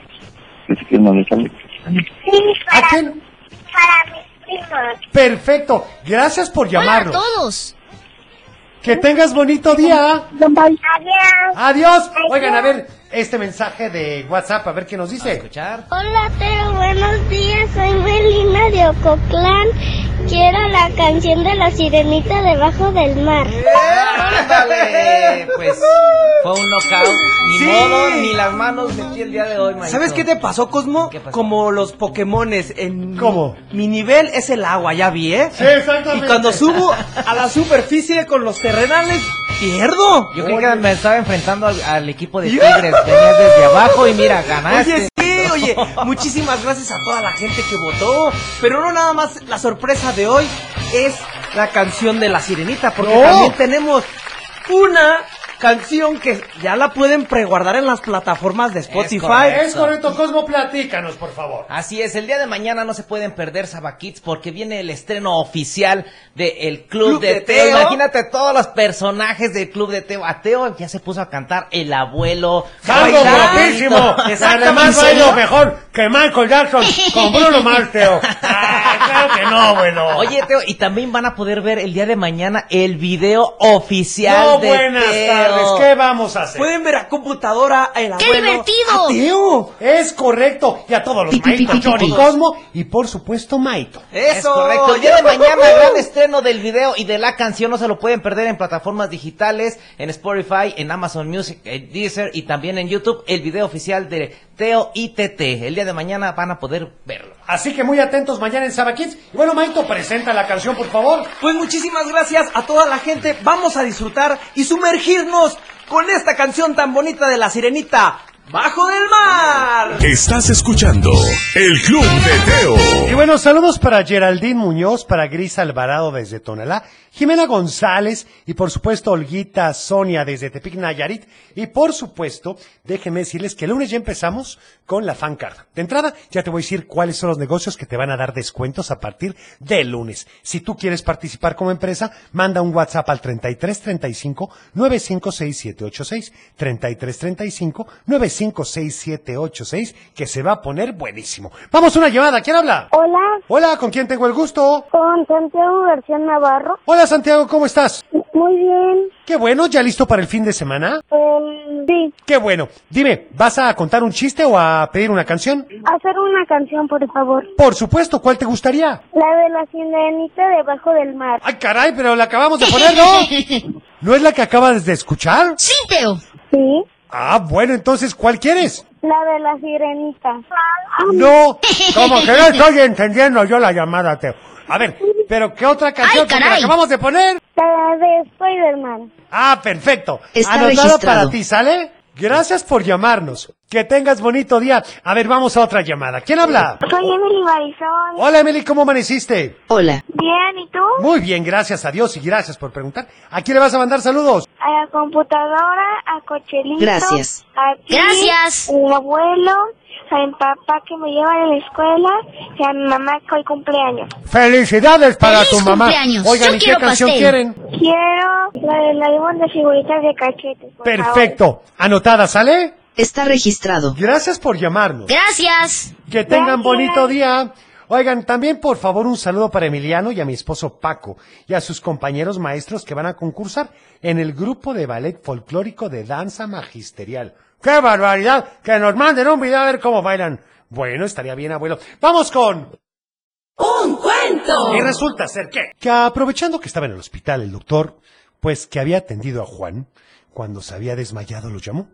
[SPEAKER 7] ¿A
[SPEAKER 10] para,
[SPEAKER 7] quién?
[SPEAKER 10] para mis primos.
[SPEAKER 7] Perfecto. Gracias por llamarnos.
[SPEAKER 9] todos.
[SPEAKER 7] Que tengas bonito día.
[SPEAKER 10] Adiós.
[SPEAKER 7] Adiós. Oigan, a ver este mensaje de WhatsApp, a ver qué nos dice.
[SPEAKER 8] Hola Teo, buenos días, soy Melina de Ococlán. Quiero la canción de la sirenita debajo del mar.
[SPEAKER 19] Ándale, pues fue un knockout. Ni
[SPEAKER 20] Sí.
[SPEAKER 19] modo, ni las manos metí el día de hoy, maestro.
[SPEAKER 20] ¿Sabes qué te pasó, Cosmo? Como los Pokémones en...
[SPEAKER 7] ¿Cómo?
[SPEAKER 20] Mi nivel es el agua, ya vi, ¿eh?
[SPEAKER 7] Sí, exactamente.
[SPEAKER 20] Y cuando subo a la superficie con los terrenales, pierdo.
[SPEAKER 19] Yo creí que me estaba enfrentando al, al equipo de
[SPEAKER 20] ¡Yujú!
[SPEAKER 19] Tigres. Venías desde abajo y mira, ganaste.
[SPEAKER 20] Oye, sí, oye, muchísimas gracias a toda la gente que votó. Pero no nada más, la sorpresa de hoy es la canción de la sirenita, porque
[SPEAKER 7] No.
[SPEAKER 20] también tenemos una canción que ya la pueden preguardar en las plataformas de Spotify.
[SPEAKER 7] Es correcto, Cosmo, platícanos, por favor.
[SPEAKER 19] Así es, el día de mañana no se pueden perder Sabakids porque viene el estreno oficial del Club,
[SPEAKER 20] Club
[SPEAKER 19] de,
[SPEAKER 20] de
[SPEAKER 19] Teo.
[SPEAKER 20] Teo.
[SPEAKER 19] Imagínate todos los personajes del Club de Teo. A Teo ya se puso a cantar el abuelo.
[SPEAKER 7] ¡Salgo
[SPEAKER 19] Jairito.
[SPEAKER 7] guapísimo! Además
[SPEAKER 19] ¿En serio?
[SPEAKER 7] bailo mejor que Michael Jackson con Bruno Mars, Teo. Ay, claro que no, bueno.
[SPEAKER 19] Oye, Teo, y también van a poder ver el día de mañana el video oficial
[SPEAKER 7] no,
[SPEAKER 19] de
[SPEAKER 7] buenas
[SPEAKER 19] Teo. Pues,
[SPEAKER 7] tardes. ¿Qué vamos a hacer?
[SPEAKER 20] Pueden ver a computadora el abuelo.
[SPEAKER 9] divertido!
[SPEAKER 20] a Teo.
[SPEAKER 7] Es correcto. Y a todos los
[SPEAKER 9] Pi, pi, pi,
[SPEAKER 7] maitos,
[SPEAKER 9] pi, pi,
[SPEAKER 7] Johnny
[SPEAKER 9] pi.
[SPEAKER 7] Cosmo y por supuesto Maito.
[SPEAKER 20] Eso.
[SPEAKER 19] Es correcto. El día de mañana, gran estreno del video y de la canción. No se lo pueden perder en plataformas digitales, en Spotify, en Amazon Music, en Deezer y también en YouTube. El video oficial de Teo y TT. El día de mañana van a poder verlo.
[SPEAKER 7] Así que muy atentos mañana en Sabakids. Y bueno, Maito, presenta la canción, por favor.
[SPEAKER 20] Pues muchísimas gracias a toda la gente. Vamos a disfrutar y sumergirnos con esta canción tan bonita de la sirenita. Bajo del mar.
[SPEAKER 2] Estás escuchando el Club de
[SPEAKER 7] Y
[SPEAKER 2] Teo.
[SPEAKER 7] bueno, saludos para Geraldine Muñoz, para Gris Alvarado desde Tonalá, Jimena González y por supuesto Olguita Sonia desde Tepic Nayarit. Y por supuesto, déjenme decirles que el lunes ya empezamos con la fan card. De entrada, ya te voy a decir cuáles son los negocios que te van a dar descuentos a partir del lunes. Si tú quieres participar como empresa, manda un WhatsApp al 33 35 956 33 35 956 que se va a poner buenísimo. Vamos a una llamada, ¿quién habla?
[SPEAKER 10] Hola,
[SPEAKER 7] Hola, ¿con quién tengo el gusto?
[SPEAKER 10] con Santiago García Navarro.
[SPEAKER 7] Hola Santiago, ¿cómo estás?
[SPEAKER 10] Muy bien.
[SPEAKER 7] Qué bueno, ¿ya listo para el fin de semana?
[SPEAKER 10] Eh, sí,
[SPEAKER 7] Qué bueno. Dime, ¿vas a contar un chiste o a pedir una canción?
[SPEAKER 10] hacer una canción, por favor.
[SPEAKER 7] Por supuesto, ¿cuál te gustaría?
[SPEAKER 10] La de la sirenita debajo del mar.
[SPEAKER 7] Ay, caray, pero la acabamos de poner, ¿no? ¿No es la que acabas de escuchar?
[SPEAKER 9] ¡Sí, Teo!
[SPEAKER 10] Sí,
[SPEAKER 7] Ah, bueno, entonces, ¿cuál quieres?
[SPEAKER 10] la de la sirenita.
[SPEAKER 7] No, como que no estoy entendiendo yo la llamada, Teo. A ver, pero ¿qué otra canción
[SPEAKER 9] Ay,
[SPEAKER 7] como la
[SPEAKER 9] caray.
[SPEAKER 7] acabamos de poner?
[SPEAKER 10] La de Spider-Man.
[SPEAKER 7] Ah, perfecto.
[SPEAKER 9] Está
[SPEAKER 7] Anotado
[SPEAKER 9] registrado.
[SPEAKER 7] para ti, ¿sale? Gracias por llamarnos. Que tengas bonito día. A ver, vamos a otra llamada. ¿Quién habla?
[SPEAKER 10] Soy Emily Marisol.
[SPEAKER 7] Hola, Emily, ¿cómo amaneciste?
[SPEAKER 9] Hola.
[SPEAKER 10] Bien, ¿y tú?
[SPEAKER 7] Muy bien, gracias a Dios y gracias por preguntar. ¿A quién le vas a mandar saludos?
[SPEAKER 10] A la computadora, a Cochelito.
[SPEAKER 9] Gracias.
[SPEAKER 10] A ti,
[SPEAKER 9] Gracias.
[SPEAKER 10] A mi abuelo, a mi papá que me lleva de la escuela y a mi mamá que hoy cumpleaños.
[SPEAKER 7] Felicidades para
[SPEAKER 9] ¡Feliz
[SPEAKER 7] tu mamá.
[SPEAKER 9] cumpleaños!
[SPEAKER 7] Oigan,
[SPEAKER 9] Yo
[SPEAKER 7] ¿y qué
[SPEAKER 9] quiero
[SPEAKER 7] canción
[SPEAKER 9] pastel.
[SPEAKER 7] quieren?
[SPEAKER 10] Quiero la del álbum de figuritas de cachete. por
[SPEAKER 7] Perfecto. Anotada, ¿sale?
[SPEAKER 9] Está registrado.
[SPEAKER 7] Gracias por llamarnos.
[SPEAKER 9] Gracias.
[SPEAKER 7] Que tengan
[SPEAKER 10] Gracias.
[SPEAKER 7] bonito día. Oigan, también por favor un saludo para Emiliano y a mi esposo Paco y a sus compañeros maestros que van a concursar en el grupo de ballet folclórico de danza magisterial. ¡Qué barbaridad! Que nos manden un video a ver cómo bailan. Bueno, estaría bien, abuelo. Vamos con...
[SPEAKER 4] Un cuento.
[SPEAKER 7] Y resulta ser que... Que aprovechando que estaba en el hospital el doctor, pues que había atendido a Juan, cuando se había desmayado lo llamó.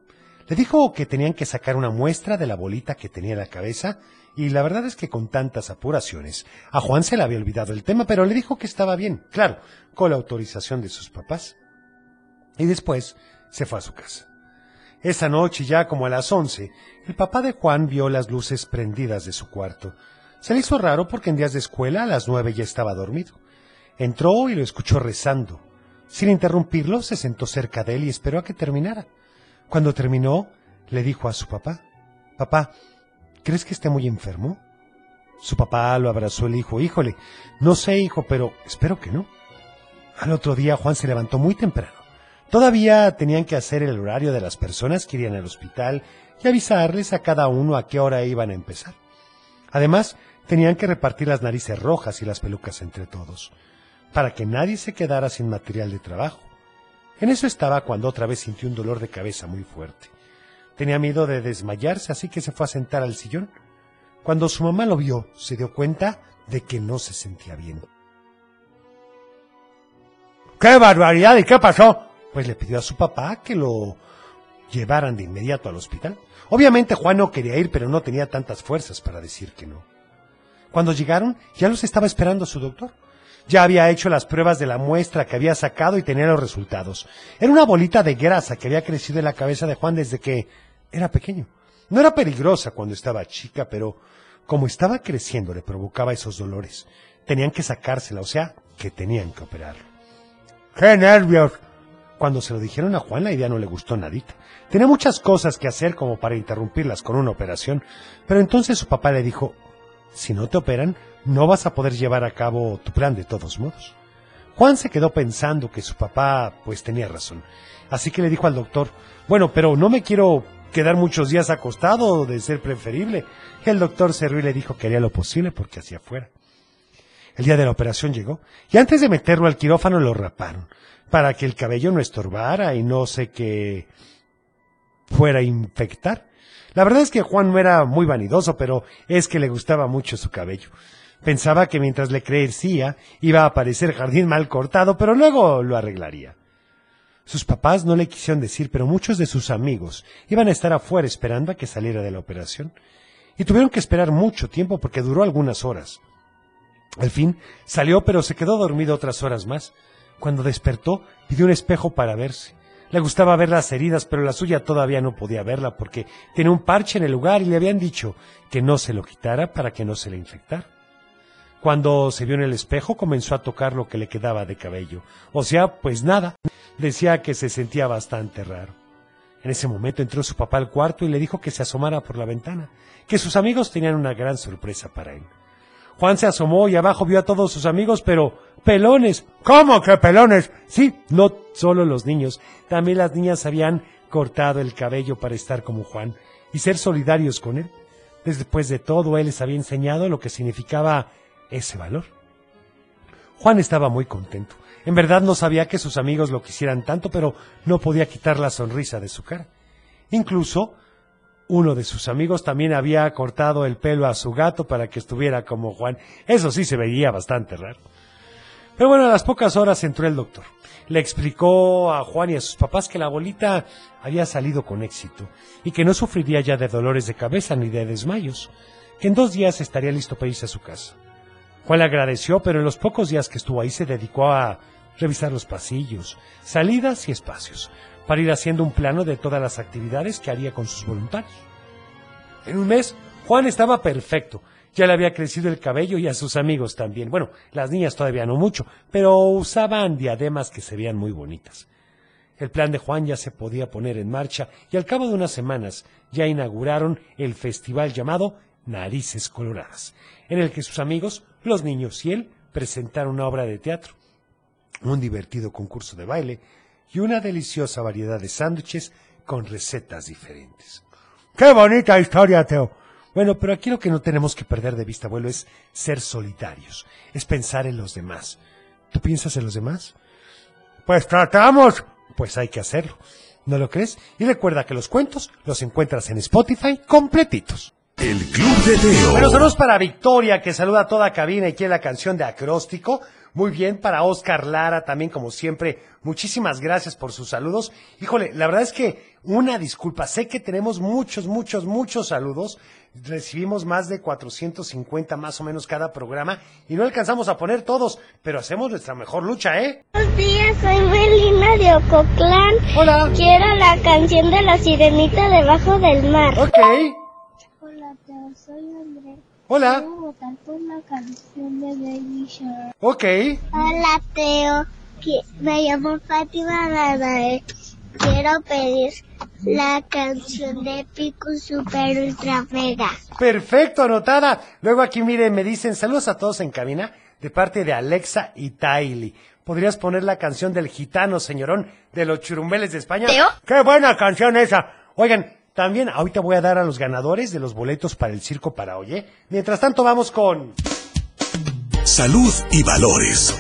[SPEAKER 7] Le dijo que tenían que sacar una muestra de la bolita que tenía en la cabeza y la verdad es que con tantas apuraciones a Juan se le había olvidado el tema, pero le dijo que estaba bien, claro, con la autorización de sus papás. Y después se fue a su casa. Esa noche, ya como a las once, el papá de Juan vio las luces prendidas de su cuarto. Se le hizo raro porque en días de escuela a las nueve ya estaba dormido. Entró y lo escuchó rezando. Sin interrumpirlo, se sentó cerca de él y esperó a que terminara. Cuando terminó, le dijo a su papá, Papá, ¿crees que esté muy enfermo? Su papá lo abrazó y le dijo, Híjole, no sé, hijo, pero espero que no. Al otro día Juan se levantó muy temprano. Todavía tenían que hacer el horario de las personas que irían al hospital y avisarles a cada uno a qué hora iban a empezar. Además, tenían que repartir las narices rojas y las pelucas entre todos, para que nadie se quedara sin material de trabajo. En eso estaba cuando otra vez sintió un dolor de cabeza muy fuerte. Tenía miedo de desmayarse, así que se fue a sentar al sillón. Cuando su mamá lo vio, se dio cuenta de que no se sentía bien. ¡Qué barbaridad! ¿Y qué pasó? Pues le pidió a su papá que lo llevaran de inmediato al hospital. Obviamente Juan no quería ir, pero no tenía tantas fuerzas para decir que no. Cuando llegaron, ya los estaba esperando su doctor. Ya había hecho las pruebas de la muestra que había sacado y tenía los resultados. Era una bolita de grasa que había crecido en la cabeza de Juan desde que era pequeño. No era peligrosa cuando estaba chica, pero como estaba creciendo le provocaba esos dolores. Tenían que sacársela, o sea, que tenían que operarlo. ¡Qué nervios! Cuando se lo dijeron a Juan, la idea no le gustó nadita. Tenía muchas cosas que hacer como para interrumpirlas con una operación, pero entonces su papá le dijo, si no te operan, no vas a poder llevar a cabo tu plan de todos modos. Juan se quedó pensando que su papá pues tenía razón, así que le dijo al doctor, bueno, pero no me quiero quedar muchos días acostado de ser preferible. El doctor cerró y le dijo que haría lo posible porque hacia fuera. El día de la operación llegó y antes de meterlo al quirófano lo raparon para que el cabello no estorbara y no sé qué fuera a infectar. La verdad es que Juan no era muy vanidoso, pero es que le gustaba mucho su cabello. Pensaba que mientras le crecía iba a aparecer jardín mal cortado, pero luego lo arreglaría. Sus papás no le quisieron decir, pero muchos de sus amigos iban a estar afuera esperando a que saliera de la operación. Y tuvieron que esperar mucho tiempo porque duró algunas horas. Al fin salió, pero se quedó dormido otras horas más. Cuando despertó, pidió un espejo para verse. Le gustaba ver las heridas, pero la suya todavía no podía verla porque tenía un parche en el lugar y le habían dicho que no se lo quitara para que no se le infectara. Cuando se vio en el espejo comenzó a tocar lo que le quedaba de cabello. O sea, pues nada. Decía que se sentía bastante raro. En ese momento entró su papá al cuarto y le dijo que se asomara por la ventana, que sus amigos tenían una gran sorpresa para él. Juan se asomó y abajo vio a todos sus amigos, pero pelones. ¿Cómo que pelones? Sí, no solo los niños, también las niñas habían cortado el cabello para estar como Juan y ser solidarios con él. Después de todo, él les había enseñado lo que significaba ese valor. Juan estaba muy contento. En verdad no sabía que sus amigos lo quisieran tanto, pero no podía quitar la sonrisa de su cara. Incluso uno de sus amigos también había cortado el pelo a su gato para que estuviera como Juan. Eso sí se veía bastante raro. Pero bueno, a las pocas horas entró el doctor. Le explicó a Juan y a sus papás que la bolita había salido con éxito y que no sufriría ya de dolores de cabeza ni de desmayos, que en dos días estaría listo para irse a su casa. Juan le agradeció, pero en los pocos días que estuvo ahí se dedicó a revisar los pasillos, salidas y espacios, para ir haciendo un plano de todas las actividades que haría con sus voluntarios. En un mes, Juan estaba perfecto. Ya le había crecido el cabello y a sus amigos también. Bueno, las niñas todavía no mucho, pero usaban diademas que se veían muy bonitas. El plan de Juan ya se podía poner en marcha y al cabo de unas semanas ya inauguraron el festival llamado Narices Coloradas, en el que sus amigos, los niños y él presentaron una obra de teatro, un divertido concurso de baile, y una deliciosa variedad de sándwiches con recetas diferentes. ¡Qué bonita historia, Teo! Bueno, pero aquí lo que no tenemos que perder de vista, abuelo, es ser solidarios, es pensar en los demás. ¿Tú piensas en los demás? Pues tratamos. Pues hay que hacerlo. ¿No lo crees? Y recuerda que los cuentos los encuentras en Spotify completitos.
[SPEAKER 2] El Club de Teo.
[SPEAKER 7] Bueno, saludos para Victoria, que saluda a toda cabina y quiere la canción de acróstico. Muy bien, para Oscar Lara también, como siempre, muchísimas gracias por sus saludos. Híjole, la verdad es que una disculpa, sé que tenemos muchos, muchos, muchos saludos, recibimos más de 450 más o menos cada programa y no alcanzamos a poner todos, pero hacemos nuestra mejor lucha, ¿eh?
[SPEAKER 8] Buenos días, soy Melina de Ococlán.
[SPEAKER 7] Hola.
[SPEAKER 8] Quiero la canción de la sirenita debajo del mar.
[SPEAKER 7] Ok.
[SPEAKER 8] Hola, soy Andrés.
[SPEAKER 7] Hola.
[SPEAKER 8] votar por la canción de Baby Shark.
[SPEAKER 7] Ok.
[SPEAKER 8] Hola, Teo. Qui- Me llamo Fátima Danae. Quiero pedir la canción de Pico Super Ultra Mega.
[SPEAKER 7] Perfecto, anotada. Luego aquí, miren, me dicen saludos a todos en cabina de parte de Alexa y Taily. ¿Podrías poner la canción del gitano, señorón, de los churumbeles de España?
[SPEAKER 9] ¿Teo?
[SPEAKER 7] ¡Qué buena canción esa! Oigan, también ahorita voy a dar a los ganadores de los boletos para el circo para hoy, ¿eh? Mientras tanto, vamos con...
[SPEAKER 2] Salud y valores.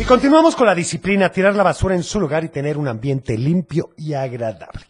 [SPEAKER 7] Y continuamos con la disciplina, tirar la basura en su lugar y tener un ambiente limpio y agradable.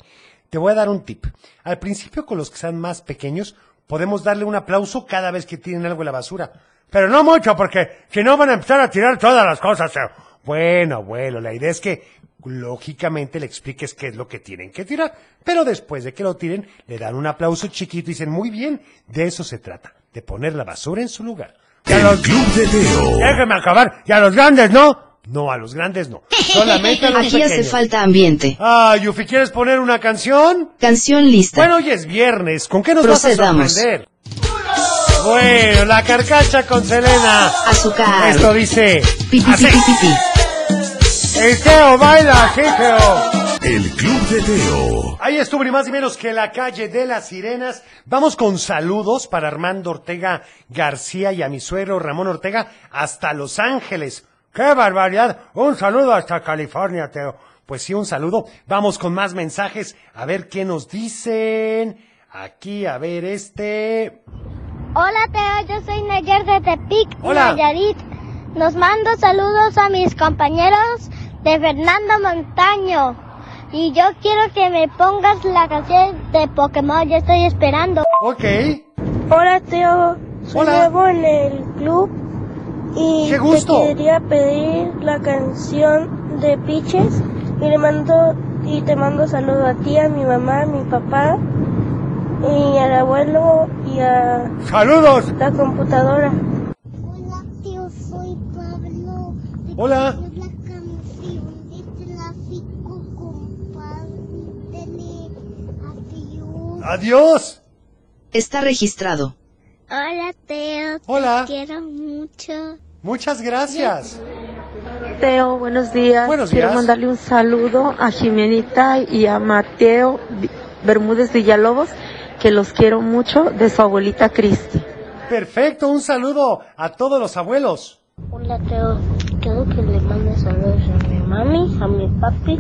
[SPEAKER 7] Te voy a dar un tip. Al principio con los que sean más pequeños podemos darle un aplauso cada vez que tienen algo en la basura. Pero no mucho porque si no van a empezar a tirar todas las cosas. eh. Bueno, abuelo, la idea es que lógicamente le expliques qué es lo que tienen que tirar. Pero después de que lo tiren le dan un aplauso chiquito y dicen, muy bien, de eso se trata, de poner la basura en su lugar. Ya los- Déjeme acabar. Y a los grandes, ¿no? No, a los grandes no. Solamente a los
[SPEAKER 9] Aquí hace
[SPEAKER 7] pequeños.
[SPEAKER 9] falta ambiente.
[SPEAKER 7] Ah, Yufi, ¿quieres poner una canción?
[SPEAKER 9] Canción lista.
[SPEAKER 7] Bueno, hoy es viernes. ¿Con qué nos
[SPEAKER 9] Procedamos.
[SPEAKER 7] vas a sorprender? Bueno, la carcacha con Selena.
[SPEAKER 9] Azúcar.
[SPEAKER 7] Esto dice...
[SPEAKER 9] Pi, pi,
[SPEAKER 7] así.
[SPEAKER 9] pi, pi, pi.
[SPEAKER 7] El Teo baila, sí, Teo.
[SPEAKER 2] El Club de Teo.
[SPEAKER 7] Ahí estuvo ni más ni menos que la calle de las sirenas. Vamos con saludos para Armando Ortega García y a mi suegro Ramón Ortega hasta Los Ángeles. ¡Qué barbaridad! Un saludo hasta California, Teo. Pues sí, un saludo. Vamos con más mensajes. A ver qué nos dicen. Aquí, a ver, este.
[SPEAKER 8] Hola Teo, yo soy Nayer de Tepic,
[SPEAKER 7] Hola.
[SPEAKER 8] Nayarit. Nos mando saludos a mis compañeros de Fernando Montaño. Y yo quiero que me pongas la canción de Pokémon, ya estoy esperando.
[SPEAKER 7] Ok.
[SPEAKER 14] Hola, Teo. Soy
[SPEAKER 7] Hola.
[SPEAKER 14] nuevo en el club. Y
[SPEAKER 7] ¡Qué gusto!
[SPEAKER 14] te quería pedir la canción de Piches. Y, le mando, y te mando saludo a ti, a mi mamá, a mi papá, y al abuelo, y a
[SPEAKER 7] ¡Saludos!
[SPEAKER 14] la computadora.
[SPEAKER 8] Yo soy Pablo.
[SPEAKER 7] Hola.
[SPEAKER 8] La canción de tráfico, compártele
[SPEAKER 7] ¡Adiós!
[SPEAKER 9] Está registrado.
[SPEAKER 8] Hola Teo.
[SPEAKER 7] Hola.
[SPEAKER 8] quiero mucho.
[SPEAKER 7] Muchas gracias.
[SPEAKER 21] Teo, buenos días.
[SPEAKER 7] Buenos
[SPEAKER 21] Quiero
[SPEAKER 7] días.
[SPEAKER 21] mandarle un saludo a Jimenita y a Mateo Vi- Bermúdez Villalobos, que los quiero mucho, de su abuelita Cristi.
[SPEAKER 7] Perfecto, un saludo a todos los abuelos.
[SPEAKER 14] Hola, Teo. Quiero que le mandes saludos a mi mami, a mi papi,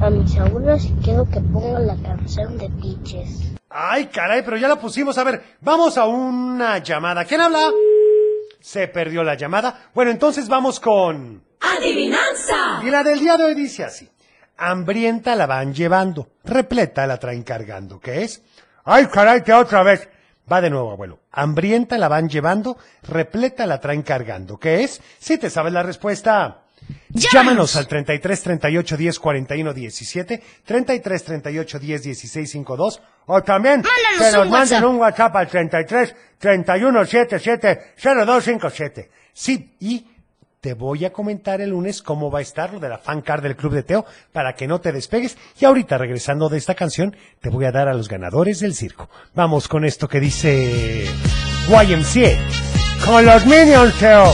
[SPEAKER 14] a mis abuelos y quiero que ponga la canción de Piches.
[SPEAKER 7] Ay, caray, pero ya la pusimos. A ver, vamos a una llamada. ¿Quién habla? Se perdió la llamada. Bueno, entonces vamos con...
[SPEAKER 4] Adivinanza.
[SPEAKER 7] Y la del día de hoy dice así. Hambrienta la van llevando, repleta la traen cargando. ¿Qué es? Ay, caray, que otra vez. Va de nuevo, abuelo. Hambrienta la van llevando, repleta la traen cargando. ¿Qué es? Si te sabes la respuesta. Llámanos al 33 38 10 41 17, 33 38 10 16 52, o también
[SPEAKER 9] Mándanos
[SPEAKER 7] que nos
[SPEAKER 9] un
[SPEAKER 7] manden
[SPEAKER 9] WhatsApp.
[SPEAKER 7] un WhatsApp al 33 31 77 0257. Sí, y te voy a comentar el lunes cómo va a estar lo de la fan card del Club de Teo para que no te despegues. Y ahorita, regresando de esta canción, te voy a dar a los ganadores del circo. Vamos con esto que dice YMCA. Con los Minions, Teo.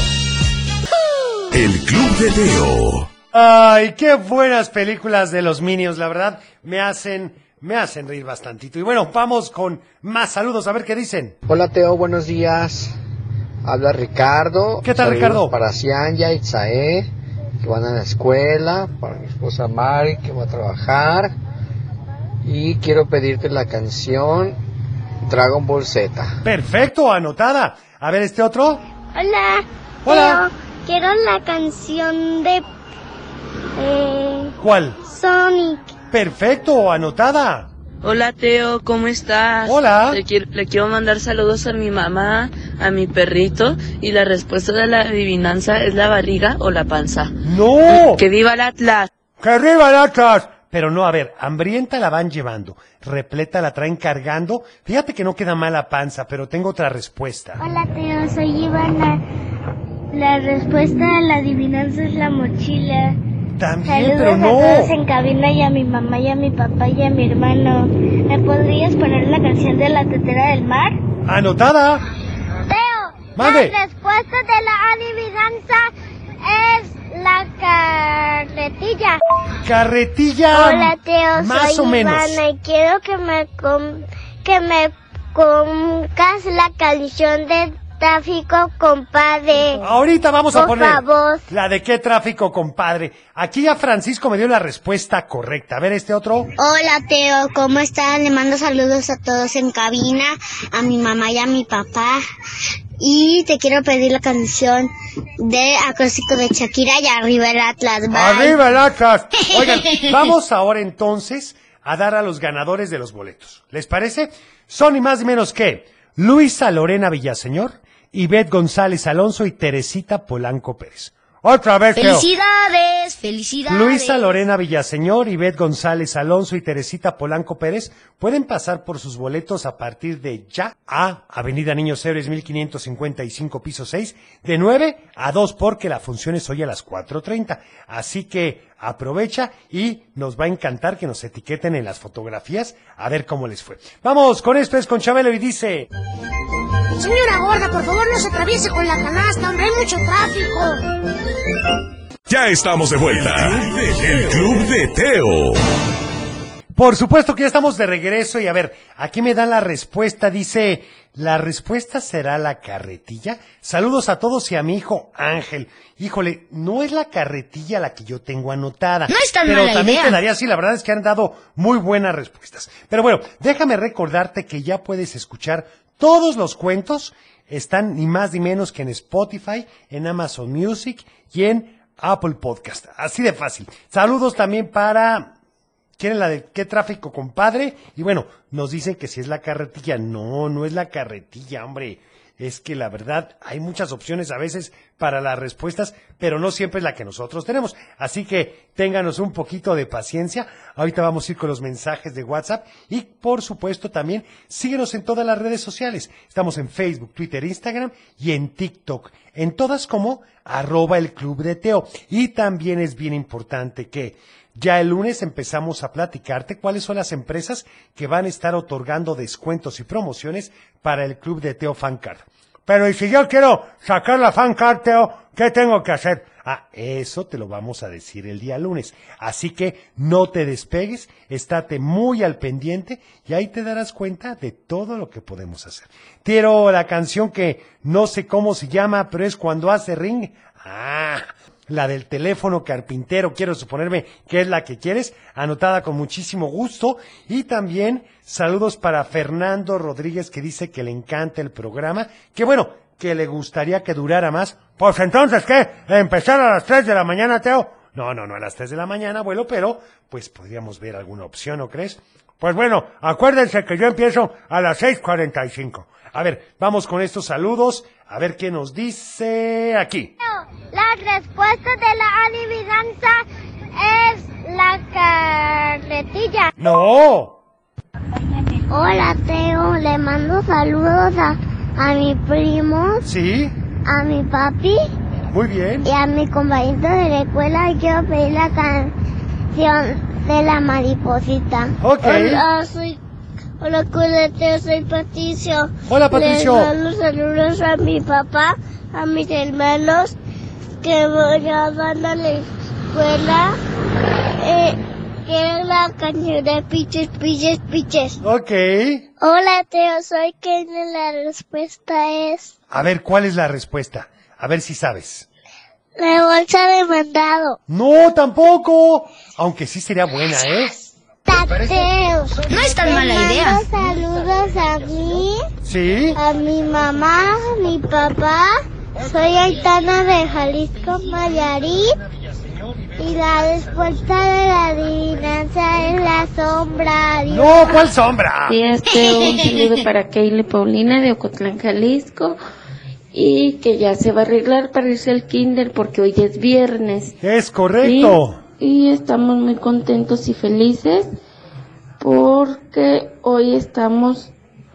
[SPEAKER 2] El Club de Teo.
[SPEAKER 7] Ay, qué buenas películas de los Minions, la verdad. Me hacen, me hacen reír bastantito. Y bueno, vamos con más saludos, a ver qué dicen.
[SPEAKER 22] Hola Teo, buenos días. Habla Ricardo.
[SPEAKER 7] ¿Qué tal,
[SPEAKER 22] Saludos
[SPEAKER 7] Ricardo?
[SPEAKER 22] Para Cianya, Itzae, que van a la escuela, para mi esposa Mari, que va a trabajar. Y quiero pedirte la canción Dragon Ball Z.
[SPEAKER 7] Perfecto, anotada. A ver este otro.
[SPEAKER 8] Hola.
[SPEAKER 7] Hola.
[SPEAKER 8] Teo, quiero la canción de eh,
[SPEAKER 7] ¿Cuál?
[SPEAKER 8] Sonic.
[SPEAKER 7] Perfecto, anotada.
[SPEAKER 21] Hola Teo, ¿cómo
[SPEAKER 8] Ah,
[SPEAKER 21] estás?
[SPEAKER 7] Hola.
[SPEAKER 21] Le quiero, le quiero mandar saludos a mi mamá, a mi perrito y la respuesta de la adivinanza es la barriga o la panza.
[SPEAKER 7] ¡No!
[SPEAKER 21] Que viva el Atlas.
[SPEAKER 7] ¡Que arriba el Atlas! Pero no, a ver, hambrienta la van llevando, repleta la traen cargando. Fíjate que no queda mala panza, pero tengo otra respuesta.
[SPEAKER 8] Hola, Teo, soy Ivana. La respuesta a la adivinanza es la mochila.
[SPEAKER 7] También,
[SPEAKER 8] Saludos
[SPEAKER 7] pero no.
[SPEAKER 8] a todos en cabina y a mi mamá y a mi papá y a mi hermano. ¿Me podrías poner la canción de la tetera del mar?
[SPEAKER 7] Anotada.
[SPEAKER 8] Teo,
[SPEAKER 7] Mande.
[SPEAKER 8] la respuesta de la adivinanza es la carretilla.
[SPEAKER 7] Carretilla.
[SPEAKER 8] Hola Teo,
[SPEAKER 7] Ah, Más
[SPEAKER 8] soy
[SPEAKER 7] o menos.
[SPEAKER 8] Ivana y quiero que me com- que me congas la canción de tráfico, compadre.
[SPEAKER 7] Ahorita vamos a
[SPEAKER 8] Por
[SPEAKER 7] poner
[SPEAKER 8] favor.
[SPEAKER 7] la de qué tráfico, compadre. Aquí ya Francisco me dio la respuesta correcta. A ver este otro.
[SPEAKER 1] Hola Teo, ¿cómo estás? Le mando saludos a todos en cabina, a mi mamá y a mi papá. Y te quiero pedir la canción de acróstico de Shakira y arriba el Atlas. Bye.
[SPEAKER 7] ¡Arriba el Atlas! Oigan, vamos ahora entonces a dar a los ganadores de los boletos. ¿Les parece? Son ni más ni menos que Luisa Lorena Villaseñor, Ivette González Alonso y Teresita Polanco Pérez. Otra vez, Teo.
[SPEAKER 1] Felicidades, felicidades.
[SPEAKER 7] Luisa Lorena Villaseñor, Ivette González Alonso y Teresita Polanco Pérez pueden pasar por sus boletos a partir de ya a Avenida Niños Héroes 1555 piso 6 de 9 a 2 porque la función es hoy a las 4.30. Así que aprovecha y nos va a encantar que nos etiqueten en las fotografías a ver cómo les fue. Vamos, con esto es con Chabelo y dice...
[SPEAKER 23] Señora gorda, por favor no se atraviese con la canasta, hombre, hay mucho tráfico.
[SPEAKER 2] Ya estamos de vuelta. El Club de Teo.
[SPEAKER 7] Por supuesto que ya estamos de regreso y a ver, aquí me dan la respuesta, dice, la respuesta será la carretilla. Saludos a todos y a mi hijo Ángel. Híjole, no es la carretilla la que yo tengo anotada.
[SPEAKER 1] No es tan
[SPEAKER 7] Pero
[SPEAKER 1] mala
[SPEAKER 7] también
[SPEAKER 1] idea.
[SPEAKER 7] te daría así, la verdad es que han dado muy buenas respuestas. Pero bueno, déjame recordarte que ya puedes escuchar todos los cuentos. Están ni más ni menos que en Spotify, en Amazon Music y en Apple Podcast. Así de fácil. Saludos también para ¿Quieren la de qué tráfico, compadre? Y bueno, nos dicen que si es la carretilla. No, no es la carretilla, hombre. Es que la verdad hay muchas opciones a veces para las respuestas, pero no siempre es la que nosotros tenemos. Así que ténganos un poquito de paciencia. Ahorita vamos a ir con los mensajes de WhatsApp y por supuesto también síguenos en todas las redes sociales. Estamos en Facebook, Twitter, Instagram y en TikTok. En todas como arroba el club de Teo. Y también es bien importante que ya el lunes empezamos a platicarte cuáles son las empresas que van a estar otorgando descuentos y promociones para el club de Teo Fancard. Pero y si yo quiero sacar la Fancard, Teo, ¿qué tengo que hacer? Ah, eso te lo vamos a decir el día lunes. Así que no te despegues, estate muy al pendiente y ahí te darás cuenta de todo lo que podemos hacer. Quiero la canción que no sé cómo se llama, pero es cuando hace ring. Ah, la del teléfono carpintero, quiero suponerme que es la que quieres, anotada con muchísimo gusto. Y también saludos para Fernando Rodríguez que dice que le encanta el programa, que bueno, que le gustaría que durara más. Pues entonces, ¿qué? ¿Empezar a las 3 de la mañana, Teo? No, no, no a las 3 de la mañana, abuelo, pero pues podríamos ver alguna opción, ¿no crees? Pues bueno, acuérdense que yo empiezo a las 6.45. A ver, vamos con estos saludos, a ver qué nos dice aquí.
[SPEAKER 8] La respuesta de la adivinanza es la carretilla.
[SPEAKER 7] No.
[SPEAKER 8] Hola Teo, le mando saludos a, a mi primo.
[SPEAKER 7] Sí.
[SPEAKER 8] A mi papi.
[SPEAKER 7] Muy bien.
[SPEAKER 8] Y a mi compañero de la escuela y quiero pedir la canción de la mariposita.
[SPEAKER 7] Ok.
[SPEAKER 8] Hola, soy... Hola, hola, Teo, soy Patricio.
[SPEAKER 7] Hola, Patricio.
[SPEAKER 8] Le mando saludos a mi papá, a mis hermanos que voy a van a la escuela. Eh, quiero la canción de Piches, Piches, Piches.
[SPEAKER 7] Ok.
[SPEAKER 8] Hola, Teo, soy Ken y la respuesta es
[SPEAKER 7] A ver, ¿cuál es la respuesta? A ver si sabes.
[SPEAKER 8] la bolsa de mandado.
[SPEAKER 7] No, tampoco. Aunque sí sería buena, ¿eh?
[SPEAKER 8] Teo.
[SPEAKER 1] No es tan
[SPEAKER 8] le
[SPEAKER 1] mala
[SPEAKER 8] mando
[SPEAKER 1] idea.
[SPEAKER 8] saludos a mí,
[SPEAKER 7] Sí.
[SPEAKER 8] a mi mamá, mi papá. Soy Aitana de Jalisco Mayarit. Y la respuesta de la adivinanza es la sombra. Adiós.
[SPEAKER 7] No, ¿cuál sombra?
[SPEAKER 21] Y este un saludo para Keile Paulina de Ocotlán, Jalisco. Y que ya se va a arreglar para irse al kinder porque hoy es viernes.
[SPEAKER 7] Es correcto.
[SPEAKER 14] y estamos muy contentos y felices porque hoy estamos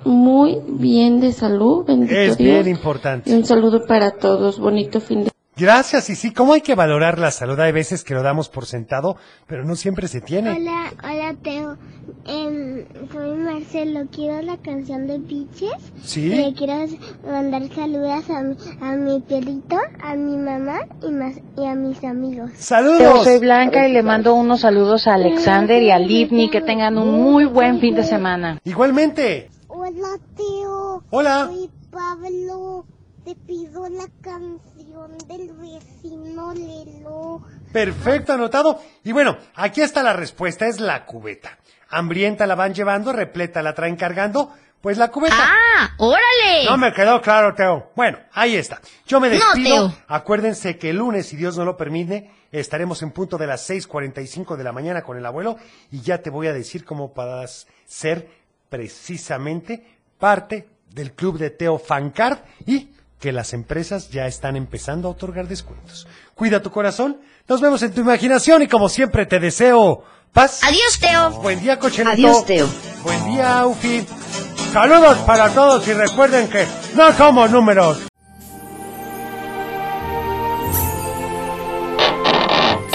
[SPEAKER 14] muy bien de salud. Bendito
[SPEAKER 7] Es
[SPEAKER 14] Dios.
[SPEAKER 7] bien importante.
[SPEAKER 14] Y un saludo para todos. Bonito fin de
[SPEAKER 7] Gracias, y sí, ¿cómo hay que valorar la salud? Hay veces que lo damos por sentado, pero no siempre se tiene.
[SPEAKER 8] Hola, hola Teo. Em, soy Marcelo. Quiero la canción de Piches.
[SPEAKER 7] Sí.
[SPEAKER 8] Le quiero mandar saludos a mi, a mi perrito, a mi mamá y, más, y a mis amigos.
[SPEAKER 24] Yo soy Blanca y le mando unos saludos a Alexander y a Livni. Que tengan un muy buen fin de semana.
[SPEAKER 7] Igualmente.
[SPEAKER 8] Hola Teo.
[SPEAKER 7] Hola.
[SPEAKER 8] Soy Pablo. Te pido la canción del vecino Lelo.
[SPEAKER 7] Perfecto, anotado. Y bueno, aquí está la respuesta, es la cubeta. Hambrienta la van llevando, repleta la traen cargando, pues la cubeta.
[SPEAKER 16] ¡Ah! ¡Órale!
[SPEAKER 7] No me quedó claro, Teo. Bueno, ahí está. Yo me
[SPEAKER 16] No,
[SPEAKER 7] despido.
[SPEAKER 16] Teo.
[SPEAKER 7] Acuérdense que el lunes, si Dios no lo permite, estaremos en punto de las 6.45 de la mañana con el abuelo y ya te voy a decir cómo podrás ser precisamente parte del club de Teo Fancard y que las empresas ya están empezando a otorgar descuentos. Cuida tu corazón, nos vemos en tu imaginación y como siempre te deseo paz.
[SPEAKER 16] Adiós, Teo.
[SPEAKER 7] Buen día, Cochelito.
[SPEAKER 16] Adiós, Teo.
[SPEAKER 7] Buen día, Ufi. Saludos para todos y recuerden que no somos números.